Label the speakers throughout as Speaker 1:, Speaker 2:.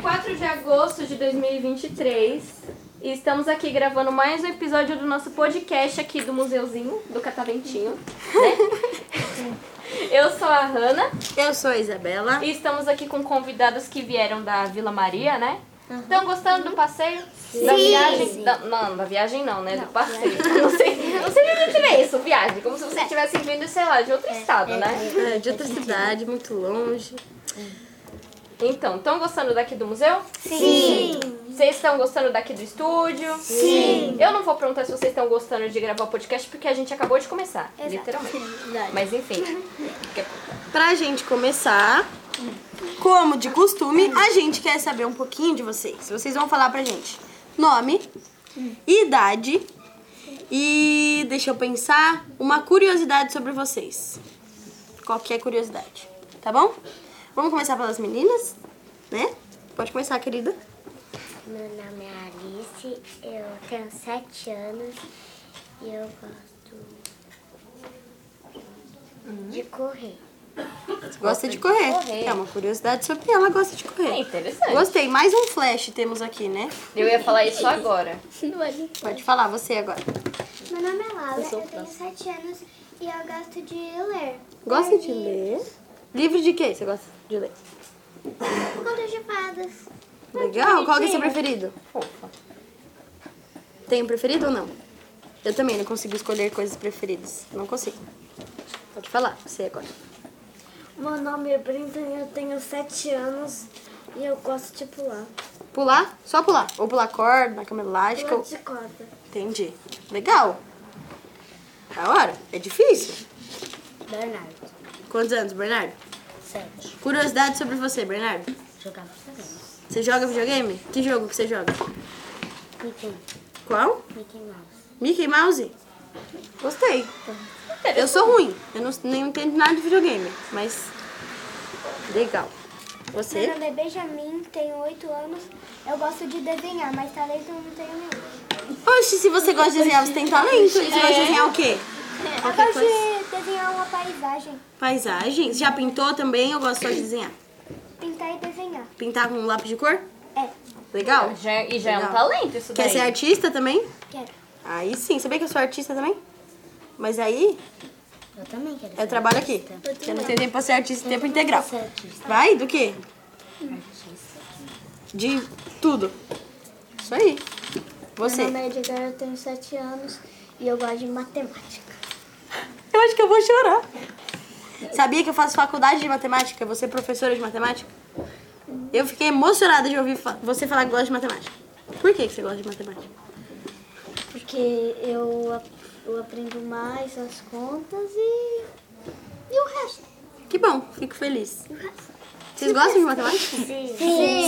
Speaker 1: 4 de agosto de 2023 e estamos aqui gravando mais um episódio do nosso podcast aqui do Museuzinho do Cataventinho. né? Eu sou a Hanna
Speaker 2: Eu sou a Isabela.
Speaker 1: e estamos aqui com convidados que vieram da Vila Maria, né? Estão gostando
Speaker 2: Uhum.
Speaker 1: do passeio? Da viagem? Da, não, da viagem não, né? do passeio. Não sei, não sei de onde tira isso, viagem. Como se vocês estivessem vindo, sei lá, de outro estado, né?
Speaker 2: É, de outra cidade, muito longe.
Speaker 1: Então, estão gostando daqui do museu? Sim! Vocês estão gostando daqui do estúdio? Sim! Eu não vou perguntar se vocês estão gostando de gravar o podcast, porque a gente acabou de começar, literalmente. Mas enfim,
Speaker 2: Pra gente começar, como de costume, a gente quer saber um pouquinho de vocês. Vocês vão falar pra gente nome, idade e, deixa eu pensar, uma curiosidade sobre vocês. Qualquer curiosidade, tá bom? Vamos começar pelas meninas, né? Pode começar, querida.
Speaker 3: Meu nome é Alice, eu tenho sete anos e eu gosto de correr.
Speaker 2: Gosta de correr.
Speaker 1: correr.
Speaker 2: É uma curiosidade sobre ela, gosta de
Speaker 1: é
Speaker 2: correr.
Speaker 1: interessante.
Speaker 2: Gostei, mais um flash temos aqui, né?
Speaker 1: Eu ia falar isso agora.
Speaker 2: Pode falar você agora.
Speaker 3: Meu nome é Laura, é eu, tenho sete anos e eu gosto de ler.
Speaker 2: Gosta de ler? Livro de quê você gosta de ler?
Speaker 3: Contos de fadas.
Speaker 2: Legal, qual que é seu preferido?
Speaker 1: Fofa.
Speaker 2: Tem um preferido ou não? Eu também não consigo escolher coisas preferidas. Não consigo. Pode falar, você agora.
Speaker 3: Meu nome é Brinton, eu tenho sete anos e eu gosto de pular.
Speaker 2: Pular? Só pular. Ou pular corda, na cama elástica. Ou...
Speaker 3: de corda.
Speaker 2: Entendi. Legal. Da hora. É difícil.
Speaker 3: Bernardo,
Speaker 2: Quantos anos, Bernardo?
Speaker 3: sete.
Speaker 2: Curiosidade sobre você, Bernardo.
Speaker 3: Jogava também.
Speaker 2: Você joga videogame? Que jogo que você joga?
Speaker 3: Mickey,
Speaker 2: Qual?
Speaker 3: Mickey Mouse.
Speaker 2: Mickey Mouse? Gostei. Eu sou ruim. Eu não, nem entendo nada de videogame, mas legal.
Speaker 3: Meu
Speaker 2: Você?
Speaker 3: nome é Benjamin, tenho oito anos. Eu gosto de desenhar, mas talento eu não tenho nenhum.
Speaker 2: Oxe, se você gosta de desenhar, você tem talento. E Você gosta de desenhar o quê?
Speaker 3: Eu gosto de desenhar uma paisagem.
Speaker 2: Paisagem? Você já pintou também? Eu gosto só de desenhar.
Speaker 3: Pintar e desenhar.
Speaker 2: Pintar com um lápis de cor?
Speaker 3: É,
Speaker 2: Legal.
Speaker 1: Já- e já é um
Speaker 2: Legal.
Speaker 1: talento isso
Speaker 2: Quer
Speaker 1: daí.
Speaker 2: ser artista também?
Speaker 3: quero.
Speaker 2: Aí sim. Sabia que eu sou artista também? Mas aí,
Speaker 3: Eu também quero.
Speaker 2: eu trabalho aqui. Eu não tenho tempo pra ser artista em tempo integral. Vai? Do quê? De tudo. Isso aí. Você.
Speaker 3: é Edgar, eu tenho 7 anos e eu gosto de matemática. é-
Speaker 2: Eu acho que eu vou chorar. Sabia que eu faço faculdade de matemática? Você é professora de matemática? Eu fiquei emocionada de ouvir fa- você falar que gosta de matemática. Por que que você gosta de matemática?
Speaker 3: Porque eu, ap- eu aprendo mais as contas e. e o resto.
Speaker 2: Que bom, fico feliz. Vocês gostam de matemática?
Speaker 3: Sim.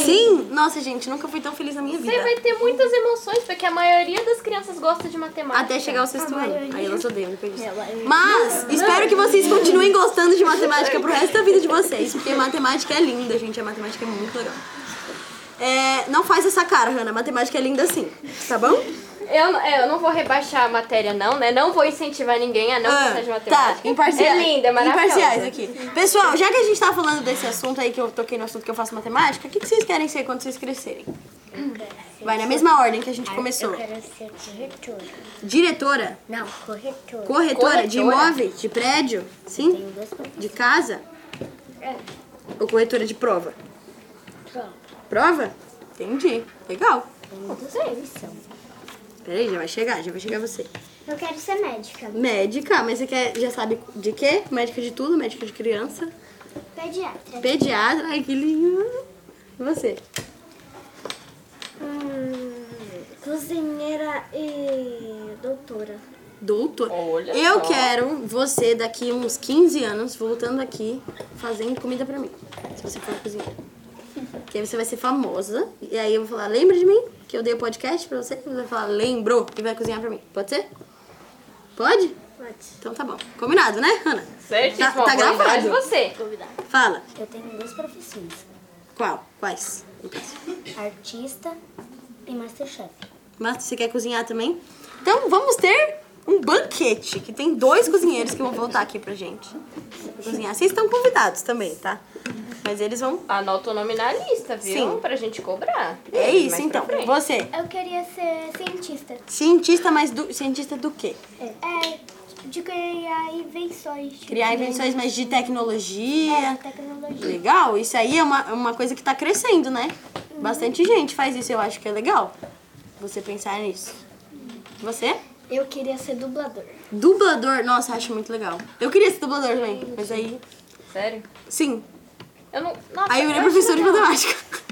Speaker 2: Sim! Nossa, gente, nunca fui tão feliz na minha
Speaker 1: Você vai
Speaker 2: vida.
Speaker 1: ter muitas emoções, porque a maioria das crianças gosta de matemática.
Speaker 2: Até chegar ao sexto ano.
Speaker 3: maioria.
Speaker 2: Aí elas odeiam depois disso.
Speaker 3: É, Ela-
Speaker 2: Mas espero que vocês continuem gostando de matemática pro resto da vida de vocês, porque matemática é linda, gente. A matemática é muito legal. É, não faz essa cara, Hannah. Matemática é linda sim, tá bom?
Speaker 1: Eu, não- é, eu não vou rebaixar a matéria, não, né? Não vou incentivar ninguém a não
Speaker 2: Ah,
Speaker 1: gostar de matemática.
Speaker 2: Tá, imparciais.
Speaker 1: É linda, é maravilhosa.
Speaker 2: Imparciais aqui. Pessoal, já que a gente tá falando desse assunto aí, que eu toquei no assunto que eu faço matemática, o que, que vocês querem ser quando vocês crescerem? Vai na mesma ordem que a gente começou.
Speaker 3: quero ser corretora.
Speaker 2: Diretora,
Speaker 3: Não, corretora.
Speaker 2: corretora, de
Speaker 1: Corretora.
Speaker 2: imóveis, de prédio, sim?
Speaker 3: duas coisas.
Speaker 2: De casa?
Speaker 3: É.
Speaker 2: Ou corretora de prova? Prova? Entendi. Legal. Peraí, já vai chegar, já vai chegar você.
Speaker 3: Eu quero ser médica.
Speaker 2: Médica, mas você quer, já sabe de quê? Médica de tudo, médica de criança.
Speaker 3: Pediatra.
Speaker 2: Pediatra, ai que lindo. E você? Hum.
Speaker 3: cozinheira e doutora.
Speaker 2: Doutor.
Speaker 1: Olha
Speaker 2: eu
Speaker 1: só.
Speaker 2: quero você daqui uns 15 anos voltando aqui fazendo comida pra mim. Se você for cozinheira. Porque aí você vai ser famosa. E aí eu vou falar, lembra de mim? Que eu dei o podcast pra você. E você vai falar, lembrou. E vai cozinhar pra mim. Pode ser? Pode?
Speaker 3: Pode.
Speaker 2: Então tá bom. Combinado, né, Hanna?
Speaker 1: Certo?
Speaker 2: Tá- tá gravado.
Speaker 1: de você.
Speaker 2: Fala.
Speaker 3: Eu tenho duas profissões.
Speaker 2: Qual? Quais? No caso.
Speaker 3: artista E Masterchef.
Speaker 2: Mas você quer cozinhar também? Então vamos ter um banquete, que tem dois cozinheiros que vão voltar aqui pra gente. Cozinhar. Vocês estão convidados também, tá? Mas eles vão.
Speaker 1: Anota o nome na lista, viu?
Speaker 2: Sim.
Speaker 1: Pra gente cobrar.
Speaker 2: É
Speaker 1: Mais
Speaker 2: isso
Speaker 1: pra
Speaker 2: então.
Speaker 1: frente.
Speaker 2: Você,
Speaker 3: Eu queria ser cientista.
Speaker 2: cientista, mas do... cientista do quê?
Speaker 3: É. de criar invenções.
Speaker 1: Hum.
Speaker 2: Criar invenções mais de tecnologia.
Speaker 3: tecnologia.
Speaker 2: Legal, isso aí é uma, é uma coisa que tá crescendo, né? Bastante gente faz isso, eu acho que é legal. Você pensar nisso. Você?
Speaker 3: Eu queria ser dublador.
Speaker 2: Dublador, nossa, acho muito legal. Eu queria ser dublador também, mas aí.
Speaker 1: Sério?
Speaker 2: Sim.
Speaker 1: Eu não. Nossa,
Speaker 2: Aí eu
Speaker 1: eu
Speaker 2: virei
Speaker 1: acho
Speaker 2: professora de
Speaker 1: legal.
Speaker 2: matemática.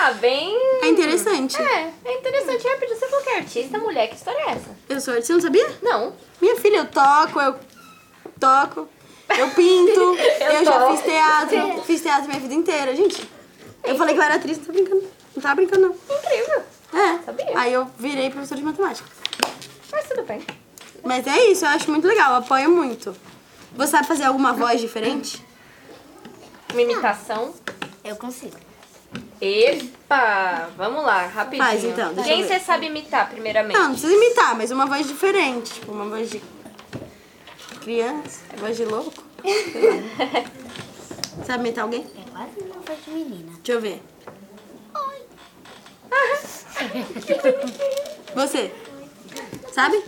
Speaker 1: Ah, bem.
Speaker 2: É interessante.
Speaker 1: É, é interessante. Rápido, você falou que é artista, mulher, que história é essa?
Speaker 2: Eu sou artista, você não sabia?
Speaker 1: Não.
Speaker 2: Minha filha, eu toco, eu toco, eu pinto, eu, já
Speaker 1: toco.
Speaker 2: fiz teatro, fiz teatro minha vida inteira, gente. Eu falei que eu era atriz, não tá brincando. Não tá brincando, não.
Speaker 1: Incrível.
Speaker 2: É.
Speaker 1: Sabia.
Speaker 2: Aí eu virei professora de matemática.
Speaker 1: Mas tudo bem.
Speaker 2: Mas é isso, eu acho muito legal, apoio muito. Você sabe fazer alguma voz diferente?
Speaker 1: Uma imitação.
Speaker 3: Eu consigo.
Speaker 1: Epa! Vamos lá, rapidinho.
Speaker 2: Faz, então, deixa
Speaker 1: Quem
Speaker 2: eu ver.
Speaker 1: você sabe imitar, primeiramente?
Speaker 2: Não, não precisa imitar, mas uma voz diferente. Tipo, uma voz de criança, voz de louco. sei lá. sabe imitar alguém?
Speaker 3: É quase uma voz de menina.
Speaker 2: Deixa eu ver. Você? Sabe?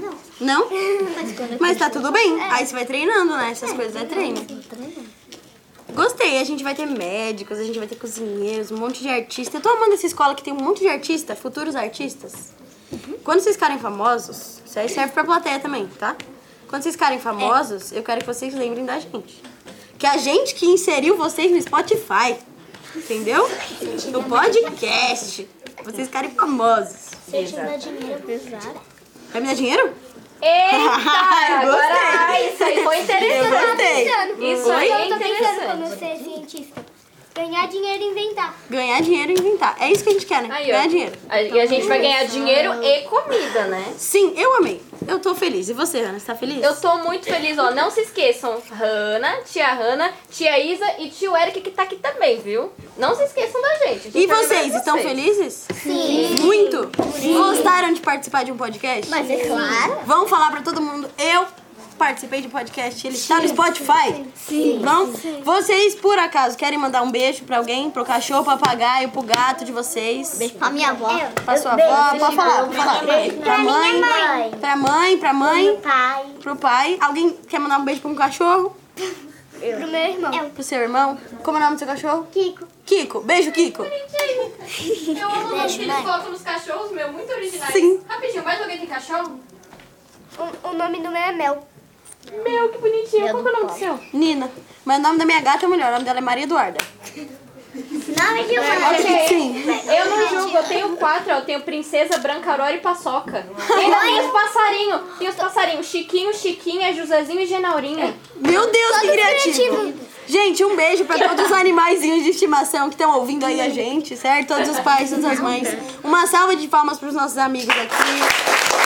Speaker 2: Não. Não?
Speaker 3: Mas quando eu
Speaker 2: Mas tá tudo bem. Aí você vai treinando, né? Essas coisas é treino.
Speaker 3: tô treinando.
Speaker 2: Gostei. A gente vai ter médicos, a gente vai ter cozinheiros, um monte de artista. Eu tô amando essa escola que tem um monte de artista, futuros artistas. Quando vocês ficarem famosos, isso aí serve pra plateia também, tá? Quando vocês ficarem famosos, eu quero que vocês lembrem da gente. Que a gente que inseriu vocês no Spotify. Entendeu? No podcast. Vocês ficarem famosos.
Speaker 3: Se eu tiver dinheiro, eu vou usar.
Speaker 2: Vai me dar dinheiro?
Speaker 1: Eita! agora,
Speaker 2: Gostei.
Speaker 1: ah, isso aí foi
Speaker 2: Eu
Speaker 1: interessante.
Speaker 2: gostei.
Speaker 1: Isso aí é
Speaker 3: eu tô pensando quando
Speaker 1: interessante.
Speaker 3: eu ser cientista. Ganhar dinheiro e inventar.
Speaker 2: Ganhar dinheiro e inventar. É isso que a gente quer, né?
Speaker 1: Aí, ó.
Speaker 2: Ganhar dinheiro.
Speaker 1: A- E a gente vai ganhar dinheiro e comida, né?
Speaker 2: Sim, eu amei. Eu tô feliz. E você, Ana, você tá feliz?
Speaker 1: Eu tô muito feliz, ó. Não se esqueçam, Hanna, tia Hanna, tia Isa e tio Eric que tá aqui também, viu? Não se esqueçam da gente. a gente
Speaker 2: E
Speaker 1: vai lembrar
Speaker 2: vocês,
Speaker 1: de
Speaker 2: estão felizes? Sim. Muito? Gostaram de participar de um podcast?
Speaker 3: Mas é claro.
Speaker 2: Vão falar pra todo mundo. Eu participei de um podcast, ele está no Spotify. Sim. Não? Vocês, por acaso, querem mandar um beijo pra alguém? Pro cachorro, pro papagaio, pro gato de vocês? Beijo
Speaker 3: Pra minha avó.
Speaker 2: pra sua avó? Pode falar, pode falar. Pra mãe,
Speaker 3: mãe.
Speaker 2: pra mãe, pra mãe,
Speaker 3: pai.
Speaker 2: pro pai. Alguém quer mandar um beijo pra um cachorro?
Speaker 3: Pro meu irmão. Eu.
Speaker 2: Pro seu irmão? Como é o nome do seu cachorro?
Speaker 3: Kiko.
Speaker 2: Kiko. Beijo, Kiko.
Speaker 4: Eu amo o nome que eles
Speaker 3: Vai.
Speaker 4: colocam nos cachorros, meu, muito originais.
Speaker 2: Sim.
Speaker 4: Rapidinho, mais alguém tem cachorro?
Speaker 3: O, nome do meu é Mel.
Speaker 1: Meu, que bonitinho. Qual que é o nome do seu?
Speaker 2: Nina. Mas o nome da minha gata é melhor. O nome dela é Maria Eduarda.
Speaker 3: Nome de uma.
Speaker 1: Ok.
Speaker 2: É, Sim.
Speaker 1: Eu não julgo, eu tenho quatro, ó. eu tenho Princesa, Branca Aurora e Paçoca. E ainda tem os passarinhos, tem os passarinhos, Chiquinho, Chiquinha, Josézinho e Genaurinho.
Speaker 2: Meu Deus, que criativo. Gente, um beijo pra todos os animaizinhos de estimação que estão ouvindo aí a gente, certo? Todos os pais, todas as mães. Uma salva de palmas pros nossos amigos aqui.